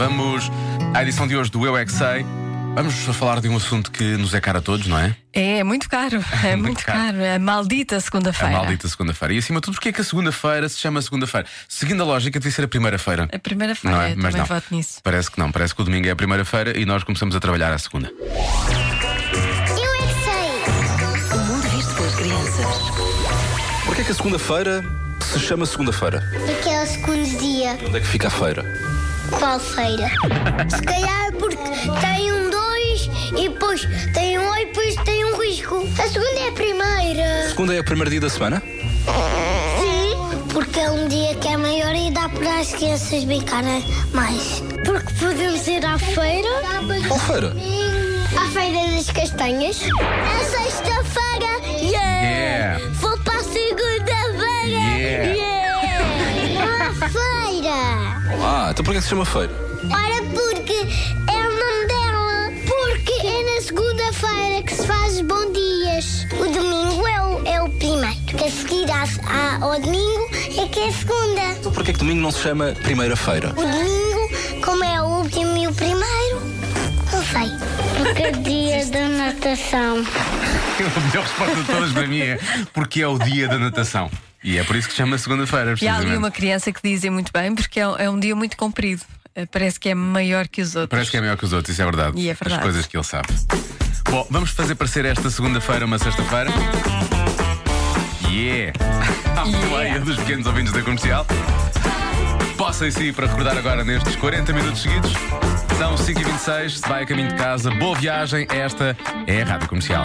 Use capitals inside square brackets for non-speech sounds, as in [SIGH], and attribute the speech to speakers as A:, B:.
A: Vamos à edição de hoje do Eu é que Sei. Vamos falar de um assunto que nos é caro a todos, não é?
B: É, é
A: [LAUGHS]
B: muito caro. É
A: Muito
B: muito,
A: caro. É
B: caro. É a maldita
A: A
B: segunda-feira.
A: maldita segunda-feira. E acima de tudo, porque é que a segunda-feira se chama segunda-feira? Seguindo a lógica, devia ser a primeira-feira.
B: A primeira
A: Não
B: feira,
A: é?
B: eu
A: Mas
B: também
A: não.
B: voto nisso.
A: Parece que não. Parece que o domingo é a primeira-feira e nós começamos a trabalhar à [LAUGHS] segunda.
C: Eu é que sei!
D: O mundo visto pelas crianças.
E: Porquê é que a segunda-feira se chama segunda-feira?
C: Porque é o segundo dia.
E: Onde é que fica a feira?
C: Qual feira? Se calhar porque tem um dois e depois tem um oi e depois tem um risco. A segunda é a primeira.
E: Segunda é o primeiro dia da semana?
C: Sim. Porque é um dia que é maior e dá para as crianças brincarem mais. Porque podemos ir à feira.
E: Qual feira?
C: À feira das castanhas. É sexta-feira.
A: Yeah.
C: Vou para a segunda-feira.
A: Yeah.
C: À feira.
E: Ah, então porquê é que se chama feira?
C: Ora, porque é o nome dela. Porque é na segunda-feira que se faz bom dias. O domingo é o, é o primeiro. Que a seguir à- à- ao domingo é que é a segunda.
E: Então porquê é que domingo não se chama primeira-feira?
C: O domingo, como é o último e o primeiro, não sei. Porque é o dia da natação.
A: A melhor resposta de todas para mim é porque é o dia da natação. E é por isso que se chama segunda-feira,
B: E há
A: precisamente.
B: ali uma criança que dizem muito bem, porque é, um- é um dia muito comprido. Eh, Parece que é maior que os outros.
A: Parece que é melhor que os outros, isso é verdade.
B: E é verdade.
A: As coisas que ele sabe. Bom, vamos fazer parecer esta segunda-feira uma sexta-feira. Yeah! [LAUGHS] Ao meio dos pequenos ouvintes da comercial. Possam sim para recordar agora nestes 40 minutos seguidos. São 5h26, se vai a caminho de casa. Boa viagem, esta é a Rádio Comercial.